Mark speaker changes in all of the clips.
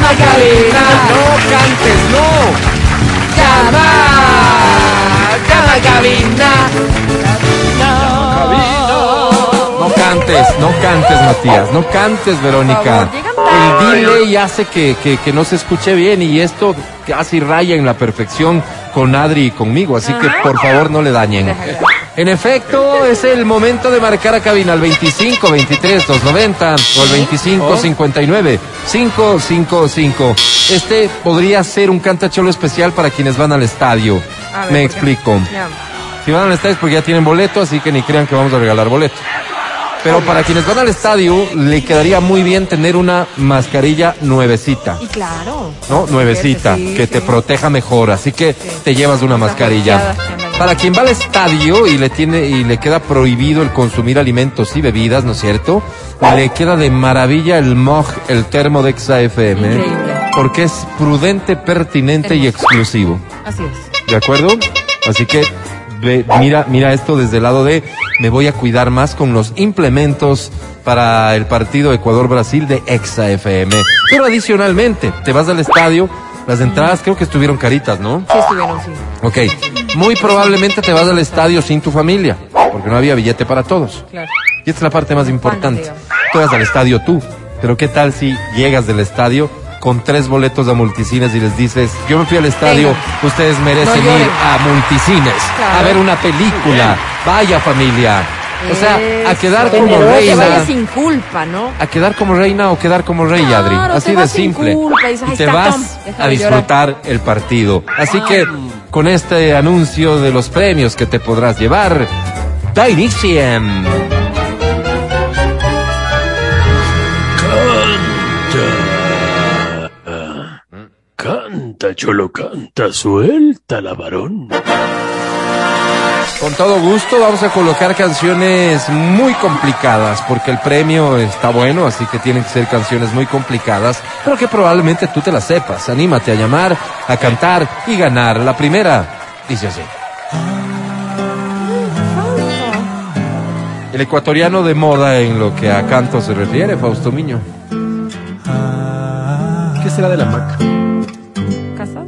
Speaker 1: la cabina.
Speaker 2: No cantes, no.
Speaker 1: Llama, llama cabina.
Speaker 2: No cantes, no cantes, Matías. No cantes, Verónica. El delay hace que, que, que no se escuche bien y esto casi raya en la perfección con Adri y conmigo. Así que por favor no le dañen. En efecto, es el momento de marcar a cabina al 25 23 290 o al
Speaker 3: Oh.
Speaker 2: 25 59 555. Este podría ser un cantacholo especial para quienes van al estadio. Me
Speaker 3: A ver, ¿por qué?
Speaker 2: explico.
Speaker 3: Ya.
Speaker 2: Si van al estadio es porque ya tienen boleto, así que ni crean que vamos a regalar boleto. Pero para quienes van al estadio, le quedaría muy bien tener una mascarilla nuevecita,
Speaker 3: Y claro.
Speaker 2: ¿no? Nuevecita,
Speaker 3: Sí,
Speaker 2: que
Speaker 3: sí.
Speaker 2: te proteja mejor, así que te llevas una mascarilla.
Speaker 3: moqueadas que andan.
Speaker 2: Para quien va al estadio y le tiene y le queda prohibido el consumir alimentos y bebidas, ¿no es cierto? Le queda de maravilla el moj, el termo de XAFM, ¿eh?
Speaker 3: Increíble.
Speaker 2: porque es prudente, pertinente y
Speaker 3: Hermoso.
Speaker 2: exclusivo.
Speaker 3: Así es.
Speaker 2: ¿De acuerdo? Así que ve- mira, mira esto desde el lado de me voy a cuidar más con los implementos para el partido Ecuador-Brasil de Exa FM. Pero adicionalmente, te vas al estadio, las entradas creo que estuvieron caritas, ¿no?
Speaker 3: Sí estuvieron, sí.
Speaker 2: Ok. Muy probablemente te vas al estadio sin tu familia, porque no había billete para todos.
Speaker 3: Claro.
Speaker 2: Y esta es la parte más importante. Tú vas al estadio tú. Pero qué tal si llegas del estadio con tres boletos a multicines y les dices, yo me fui al estadio,
Speaker 3: Venga.
Speaker 2: ustedes merecen
Speaker 3: No lloren.
Speaker 2: ir a multicines,
Speaker 3: Claro.
Speaker 2: a ver una película, vaya familia. O sea, a
Speaker 3: Eso.
Speaker 2: quedar como
Speaker 3: Pero Que
Speaker 2: reina.
Speaker 3: vayas sin culpa, ¿no?
Speaker 2: A quedar como reina o quedar como rey,
Speaker 3: Claro,
Speaker 2: Adri.
Speaker 3: te
Speaker 2: Así de
Speaker 3: vas sin
Speaker 2: simple.
Speaker 3: culpa, dices,
Speaker 2: y
Speaker 3: "Ahí
Speaker 2: te
Speaker 3: está,
Speaker 2: vas
Speaker 3: Tom,
Speaker 2: a
Speaker 3: déjame llorar".
Speaker 2: disfrutar el partido. Así que con este anuncio de los premios que te podrás llevar, da inicio.
Speaker 4: Canta, cholo, canta, suelta la varón.
Speaker 2: Con todo gusto vamos a colocar canciones muy complicadas porque el premio está bueno, así que tienen que ser canciones muy complicadas, pero que probablemente tú te las sepas. Anímate a llamar, a cantar y ganar. La primera dice así. El ecuatoriano de moda en lo que a canto se refiere, Fausto Miño.
Speaker 5: ¿Qué será de la Mac?
Speaker 3: ¿Casado?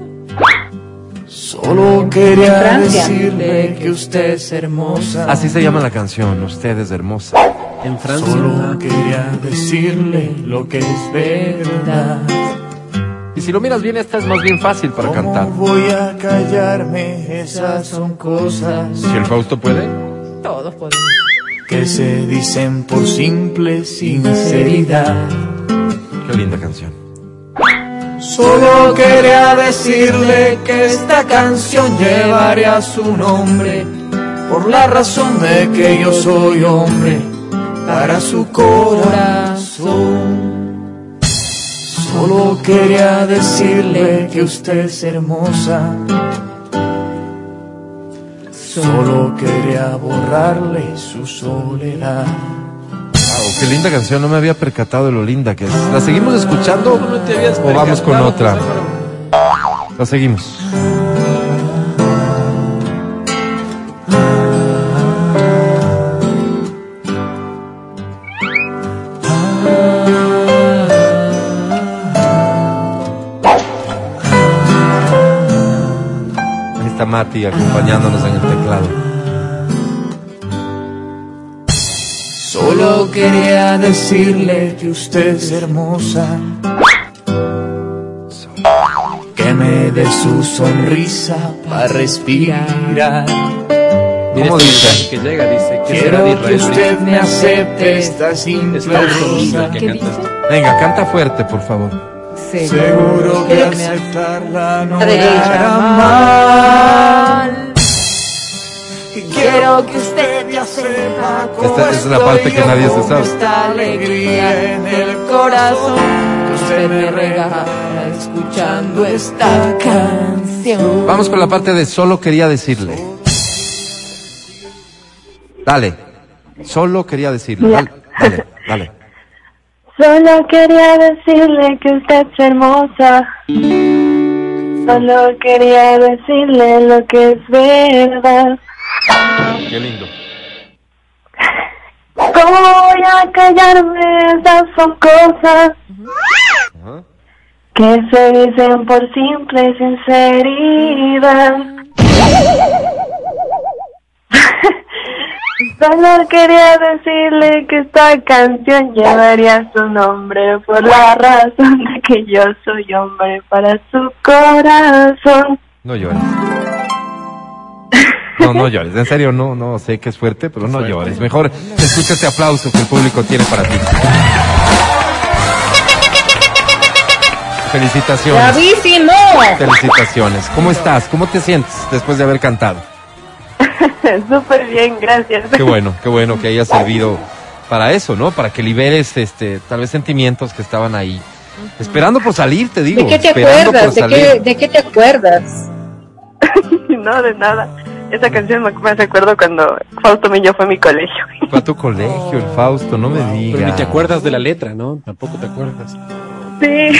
Speaker 6: Solo quería
Speaker 7: Francia.
Speaker 6: decirle que usted es hermosa.
Speaker 2: Así se llama la canción, Usted es hermosa.
Speaker 5: En Francia.
Speaker 6: Solo quería decirle lo que es verdad.
Speaker 2: Y si lo miras bien, esta es más bien fácil para cantar.
Speaker 6: ¿Cómo voy a callarme? Esas son cosas
Speaker 2: Si el Fausto puede.
Speaker 3: Todos podemos.
Speaker 6: que se dicen por simple sinceridad.
Speaker 2: Qué linda canción.
Speaker 6: Solo quería decirle que esta canción llevaría su nombre por la razón de que yo soy hombre para su corazón. Solo quería decirle que usted es hermosa. Solo quería borrarle su soledad.
Speaker 2: Wow, qué linda canción, no me había percatado de lo linda que es. ¿La seguimos escuchando o vamos con otra? La seguimos. Ahí está Mati acompañándonos en el teclado.
Speaker 6: Solo quería decirle que usted es hermosa. Que me dé su sonrisa para respirar.
Speaker 2: ¿Cómo dice?
Speaker 5: Que llega, dice. ¿Qué será de
Speaker 6: Quiero que
Speaker 5: Israel?
Speaker 6: usted me acepte esta simple
Speaker 5: Es Fausto Miño
Speaker 6: rosa.
Speaker 5: el que
Speaker 3: ¿Qué
Speaker 5: canta.
Speaker 3: dice?
Speaker 2: Venga, canta fuerte, por favor.
Speaker 3: Sí.
Speaker 6: Seguro que
Speaker 3: Quiero que me
Speaker 6: aceptarla no
Speaker 3: Te
Speaker 6: hará mal.
Speaker 3: mal.
Speaker 6: Y Quiero que usted me sepa cómo
Speaker 2: Esta- esta es la parte
Speaker 6: estoy
Speaker 2: que
Speaker 6: yo
Speaker 2: nadie se
Speaker 6: con
Speaker 2: sabe.
Speaker 6: Esta alegría en el corazón que usted me regala escuchando esta canción.
Speaker 2: Vamos con la parte de solo quería decirle. Dale. Solo quería decirle. Dale, dale. dale.
Speaker 7: Solo quería decirle que usted es hermosa. Solo quería decirle lo que es verdad.
Speaker 2: Qué lindo.
Speaker 7: ¿Cómo voy a callarme? Esas son cosas que se dicen por simple sinceridad. Solo quería decirle que esta canción llevaría su nombre por la razón de que yo soy hombre para su corazón.
Speaker 2: No llores. No, no llores. En serio, no, no sé que es fuerte, pero no llores. Mejor escucha este aplauso que el público tiene para ti. Felicitaciones.
Speaker 8: ¡Bravísimo!
Speaker 2: Felicitaciones. ¿Cómo estás? ¿Cómo te sientes después de haber cantado?
Speaker 7: Súper bien, gracias.
Speaker 2: Qué bueno, qué bueno que haya servido para eso, ¿no? Para que liberes, este, tal vez sentimientos que estaban ahí. Esperando por salir, te digo.
Speaker 8: ¿De qué te
Speaker 2: esperando
Speaker 8: acuerdas?
Speaker 2: por
Speaker 8: ¿De
Speaker 2: salir.
Speaker 8: qué, ¿De qué te acuerdas?
Speaker 7: no, de nada. Esa canción me, me recuerdo cuando Fausto Millo fue a mi colegio.
Speaker 2: Fue a tu colegio, el Fausto, no me digas.
Speaker 5: Pero ni te acuerdas de la letra, ¿no? Tampoco te acuerdas.
Speaker 7: Sí.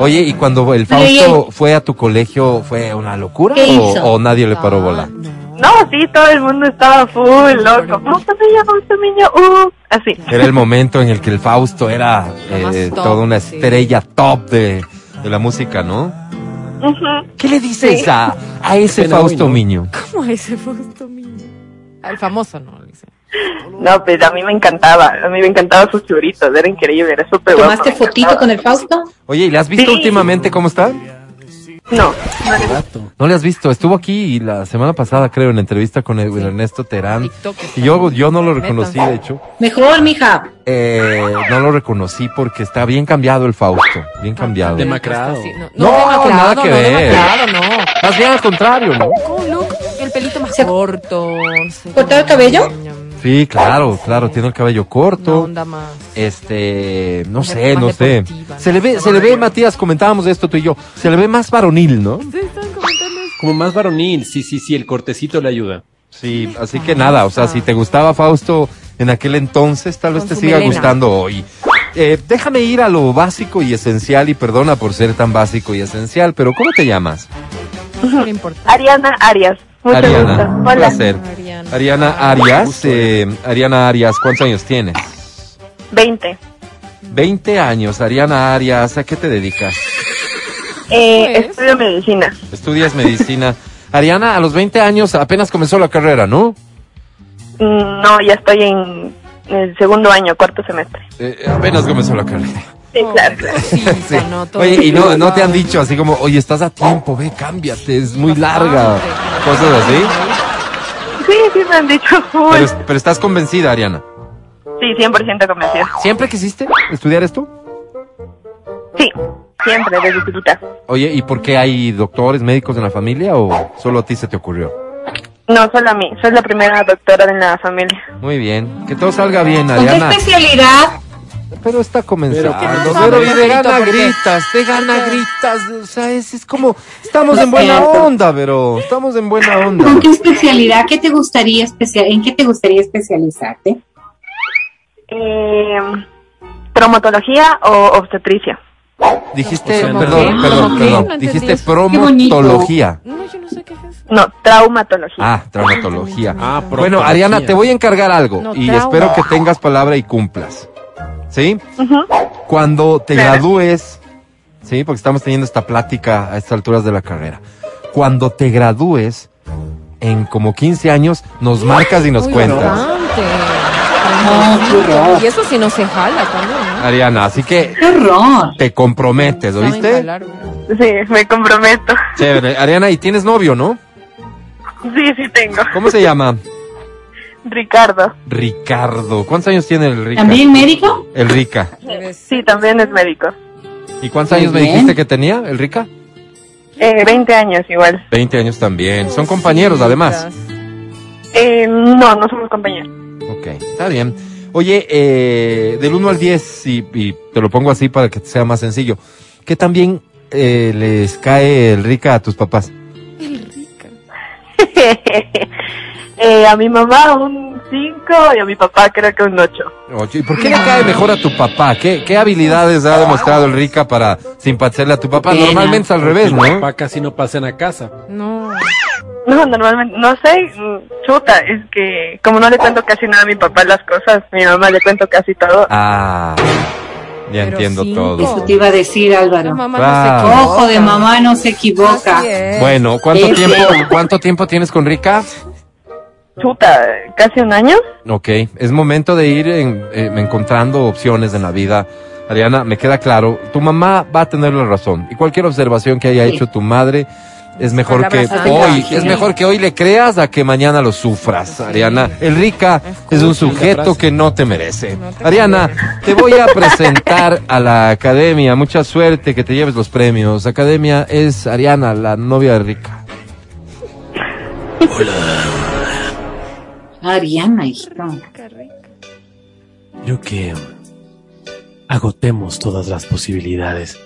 Speaker 2: Oye, y cuando el
Speaker 8: Pero, ¿y
Speaker 2: Fausto fue a tu colegio, ¿fue una locura?
Speaker 8: ¿Qué
Speaker 2: o,
Speaker 8: hizo?
Speaker 2: o nadie le paró bola?
Speaker 7: No, sí, todo el mundo estaba full, loco. Fausto Millo, Fausto Millo, uh. Así.
Speaker 2: Era el momento en el que el Fausto era
Speaker 3: Lo más
Speaker 2: eh,
Speaker 3: top,
Speaker 2: toda una
Speaker 3: sí.
Speaker 2: estrella top de, de la música, ¿no?
Speaker 7: Ujú.
Speaker 2: ¿Qué le dices a, a ese
Speaker 5: Pena hoy,
Speaker 2: Fausto
Speaker 5: ¿no?
Speaker 2: Miño?
Speaker 3: ¿Cómo ese Fausto Miño? El famoso, no, le dice.
Speaker 7: No, pues a mí me encantaba. A mí me encantaban sus churritos. Era increíble, era súper guapo.
Speaker 8: ¿Tomaste
Speaker 7: me
Speaker 8: fotito
Speaker 7: encantaba.
Speaker 8: con el Fausto?
Speaker 2: Oye, ¿y le has visto
Speaker 7: Sí.
Speaker 2: últimamente cómo está?
Speaker 7: No,
Speaker 5: Rato.
Speaker 2: No le has visto, estuvo aquí la semana pasada, creo, en entrevista con el- Ernesto Terán.
Speaker 3: TikTok está
Speaker 2: Y yo, yo no lo
Speaker 3: bien.
Speaker 2: reconocí,
Speaker 3: Métanse.
Speaker 2: de hecho.
Speaker 8: Mejor, mija.
Speaker 2: Eh, no lo reconocí porque está bien cambiado el Fausto, bien cambiado.
Speaker 5: Demacrado.
Speaker 3: Sí, no,
Speaker 2: No,
Speaker 3: no, demacrado,
Speaker 2: nada
Speaker 3: no,
Speaker 2: que
Speaker 3: no,
Speaker 2: ver.
Speaker 3: demacrado, no.
Speaker 2: Más bien al contrario, ¿no?
Speaker 3: ¿Cómo no? El pelito más
Speaker 8: ¿Se-
Speaker 3: corto. no sé,
Speaker 8: ¿Cortado el
Speaker 3: como-
Speaker 8: cabello?
Speaker 2: Sí, Eh. claro, claro, tiene el cabello
Speaker 3: Una
Speaker 2: corto.
Speaker 3: onda más.
Speaker 2: Este, no
Speaker 3: Más
Speaker 2: sé,
Speaker 3: de-
Speaker 2: no
Speaker 3: más
Speaker 2: sé.
Speaker 3: deportiva,
Speaker 2: Se le ve, se le ve, Matías, comentábamos esto tú y yo, se le ve más varonil, ¿no?
Speaker 3: Ustedes estaban comentando eso.
Speaker 5: Como más varonil, sí, sí, sí, el cortecito le ayuda.
Speaker 2: Sí, así que nada, o sea, si te gustaba Fausto en aquel entonces, tal vez
Speaker 3: Con
Speaker 2: te
Speaker 3: su
Speaker 2: siga
Speaker 3: melena.
Speaker 2: gustando hoy. Eh, déjame ir a lo básico y esencial y perdona por ser tan básico y esencial, pero ¿cómo te llamas?
Speaker 3: Eso era importante.
Speaker 7: Ariana Arias. Mucho
Speaker 2: Ariana,
Speaker 7: gusto.
Speaker 2: un
Speaker 7: Hola.
Speaker 2: placer.
Speaker 3: Ariana.
Speaker 2: Ariana Arias, eh, Ariana Arias, ¿cuántos años tienes?
Speaker 7: 20.
Speaker 2: 20 años, Ariana Arias, ¿a qué te dedicas?
Speaker 7: Eh,
Speaker 3: ¿Qué es?
Speaker 7: estudio medicina.
Speaker 2: Estudias medicina. Ariana, a los 20 años apenas comenzó la carrera, ¿no?
Speaker 7: Mm, No, ya estoy en el segundo año, cuarto semestre.
Speaker 2: Eh, apenas comenzó la carrera.
Speaker 7: Sí,
Speaker 3: Oh.
Speaker 7: claro.
Speaker 3: Pobrecita,
Speaker 2: Sí.
Speaker 3: ¿no? Todo
Speaker 2: Oye, y no,
Speaker 3: bien.
Speaker 2: no te han dicho así como, oye, estás a tiempo, ve, cámbiate, es muy larga. Cosas así.
Speaker 7: Sí, sí me han dicho full.
Speaker 2: Pero, pero estás convencida, Ariana.
Speaker 7: Sí, 100% convencida.
Speaker 2: ¿Siempre quisiste estudiar esto?
Speaker 7: Sí, siempre, desde chiquita.
Speaker 2: Oye, ¿y por qué hay doctores, médicos en la familia o solo a ti se te ocurrió?
Speaker 7: No, solo a mí. Soy la primera doctora de la familia.
Speaker 2: Muy bien, que todo salga bien,
Speaker 8: ¿Con qué
Speaker 2: Ariana.
Speaker 8: especialidad?
Speaker 2: Pero está comenzando.
Speaker 5: Pero
Speaker 2: Pero,
Speaker 5: pasa,
Speaker 2: y de
Speaker 3: Pedrito,
Speaker 2: gana
Speaker 3: porque-
Speaker 2: gritas, de gana gritas. O sea, es, es como, estamos en buena onda, pero estamos en buena onda.
Speaker 8: ¿Con qué especialidad? ¿Qué te gustaría especia- ¿En qué te gustaría especializarte?
Speaker 7: Eh, traumatología o obstetricia.
Speaker 2: Dijiste,
Speaker 5: O sea, no.
Speaker 2: perdón,
Speaker 3: ¿Qué?
Speaker 2: perdón,
Speaker 3: ¿Qué?
Speaker 2: perdón.
Speaker 3: No entendí
Speaker 2: dijiste
Speaker 3: eso.
Speaker 2: promotología.
Speaker 3: No, yo no sé qué es eso.
Speaker 7: No, traumatología.
Speaker 2: Ah, traumatología.
Speaker 5: Ah, pro-
Speaker 2: Bueno, Ariana, te voy a encargar algo
Speaker 3: No,
Speaker 2: y
Speaker 3: trauma.
Speaker 2: espero que tengas palabra y cumplas. ¿Sí?
Speaker 7: Ujú.
Speaker 2: Cuando te
Speaker 7: Claro.
Speaker 2: gradúes, ¿sí? Porque estamos teniendo esta plática a estas alturas de la carrera. Cuando te gradúes, en como 15 años, nos marcas y nos
Speaker 3: Uy,
Speaker 2: cuentas.
Speaker 3: bastante. Y eso sí no se jala también, ¿no?
Speaker 2: Ariana, así que
Speaker 8: ¡Qué horror!
Speaker 2: te comprometes,
Speaker 3: Saben
Speaker 2: ¿oíste?
Speaker 3: jalar, güey.
Speaker 7: Sí, me comprometo.
Speaker 2: Chévere. Ariana, y tienes novio, ¿no?
Speaker 7: Sí, sí tengo.
Speaker 2: ¿Cómo se llama?
Speaker 7: Ricardo.
Speaker 2: Ricardo. ¿Cuántos años tiene el Rica?
Speaker 8: ¿También médico?
Speaker 2: El Rica.
Speaker 3: Debes-
Speaker 7: Sí, también es médico.
Speaker 2: ¿Y cuántos
Speaker 8: Muy
Speaker 2: años me
Speaker 8: bien.
Speaker 2: dijiste que tenía el Rica?
Speaker 7: Eh, 20 años igual.
Speaker 2: 20 años también. Son compañeros, además.
Speaker 7: Eh, no, no somos compañeros.
Speaker 2: Ok, está bien. Oye, eh, del 1 al 10, y, y te lo pongo así para que sea más sencillo. ¿Qué también eh, les cae el Rica a tus papás?
Speaker 3: El rica.
Speaker 7: eh, a mi mamá un 5 y a mi papá creo que un 8.
Speaker 2: Oye, ¿Y por qué le cae mejor a tu papá? ¿Qué, qué habilidades ha demostrado el Rica para simpatizarle a tu papá?
Speaker 8: Pena.
Speaker 2: Normalmente es al revés,
Speaker 5: Porque
Speaker 2: ¿no?
Speaker 5: papá casi no pasan a casa.
Speaker 3: No.
Speaker 7: No, normalmente, no sé, mm, chuta, es que como no le cuento casi nada a mi papá las cosas, mi mamá le cuento casi todo.
Speaker 2: Ah, Ya
Speaker 3: Pero
Speaker 2: entiendo
Speaker 3: cinco.
Speaker 2: todo.
Speaker 8: Eso te iba a decir,
Speaker 3: La
Speaker 8: Álvaro.
Speaker 3: mamá
Speaker 2: Claro.
Speaker 3: no se equivoca.
Speaker 8: Ojo de mamá no se equivoca.
Speaker 3: Así es.
Speaker 2: Bueno, ¿cuánto
Speaker 8: Sí.
Speaker 2: tiempo, ¿cuánto tiempo tienes con Rica?
Speaker 7: Chuta, casi un año.
Speaker 2: Ok, es momento de ir en- eh, encontrando opciones en la vida. Ariana, me queda claro, tu mamá va a tener la razón. Y cualquier observación que haya
Speaker 8: Sí.
Speaker 2: hecho tu madre, es mejor que
Speaker 3: Palabras sabias.
Speaker 2: hoy, es
Speaker 8: Sí.
Speaker 2: mejor que hoy le creas a que mañana lo sufras, Ariana. El rica es un sujeto
Speaker 5: frase.
Speaker 2: que no te merece.
Speaker 3: No te
Speaker 2: Ariana, te voy a presentar a la academia. Mucha suerte que te lleves los premios. Academia es Ariana, la novia de rica.
Speaker 8: Ariana, hijo.
Speaker 4: Creo que agotemos todas las posibilidades.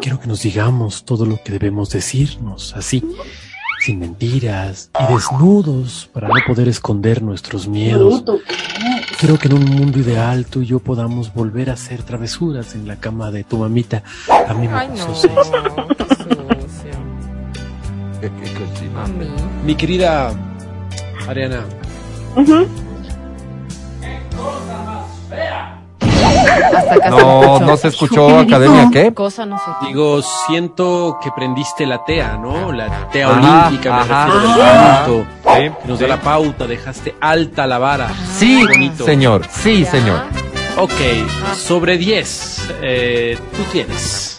Speaker 4: Quiero que nos digamos todo lo que debemos decirnos, así, sin mentiras y desnudos para no poder esconder nuestros miedos.
Speaker 8: Bruto.
Speaker 4: Quiero que en un mundo ideal tú y yo podamos volver a hacer travesuras en la cama de tu mamita. A mí me
Speaker 3: Ay, no.
Speaker 4: puso
Speaker 3: qué
Speaker 4: seis.
Speaker 3: sucio. A mí.
Speaker 5: Mi querida Ariana,
Speaker 7: Ujú.
Speaker 3: Hasta acá
Speaker 2: No,
Speaker 3: se
Speaker 2: no
Speaker 3: escuchó.
Speaker 2: se escuchó academia, ¿qué?
Speaker 3: Cosa no sé. qué.
Speaker 5: digo, siento que prendiste la tea, ¿no? La tea
Speaker 2: Ajá,
Speaker 5: olímpica, me
Speaker 2: ajá.
Speaker 5: refiero, del
Speaker 2: Ajá.
Speaker 5: punto
Speaker 2: Sí,
Speaker 5: que nos da la pauta, dejaste alta la vara.
Speaker 2: Sí,
Speaker 5: Bonito.
Speaker 2: señor, sí,
Speaker 3: Ya.
Speaker 2: señor.
Speaker 5: Ok, sobre 10, eh, tú tienes.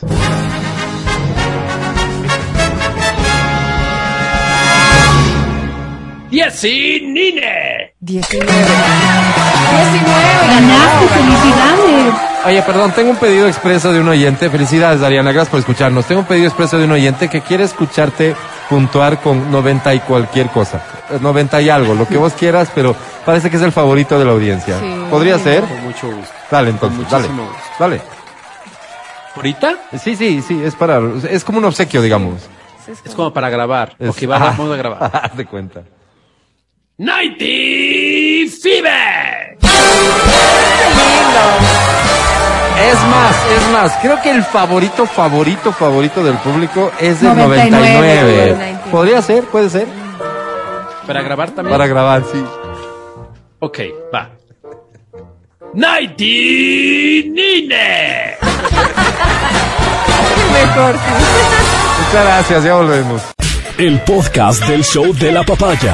Speaker 5: ¡Diez y Nine!
Speaker 3: 19. 19.
Speaker 8: Ganaste, felicidades.
Speaker 2: Oye, perdón, tengo un pedido expreso de un oyente. Felicidades, Ariana, gracias por escucharnos. Tengo un pedido expreso de un oyente que quiere escucharte puntuar con 90 y cualquier cosa. Eh, 90 y algo, lo que vos quieras, pero parece que es el favorito de la audiencia.
Speaker 3: Sí.
Speaker 2: ¿Podría ser?
Speaker 5: Con mucho gusto.
Speaker 2: Dale, entonces,
Speaker 5: Con
Speaker 2: dale.
Speaker 5: muchísimo gusto.
Speaker 2: Dale.
Speaker 5: ¿Ahorita?
Speaker 2: Sí, sí, sí, es para, es como un obsequio, digamos.
Speaker 5: Es como para grabar.
Speaker 2: Es-
Speaker 5: ok, va-
Speaker 2: ajá.
Speaker 5: vamos a grabar.
Speaker 2: Haz de cuenta.
Speaker 5: ¡Nighty Fever!
Speaker 2: Es más, es más, creo que el favorito, favorito, favorito del público es el 99.
Speaker 3: 99.
Speaker 2: ¿Podría ser? ¿Puede ser?
Speaker 5: ¿Para grabar también?
Speaker 2: Para grabar, sí.
Speaker 5: Ok, va. ¡Nighty Nine!
Speaker 2: Muchas gracias, ya volvemos.
Speaker 9: El podcast del show de la papaya.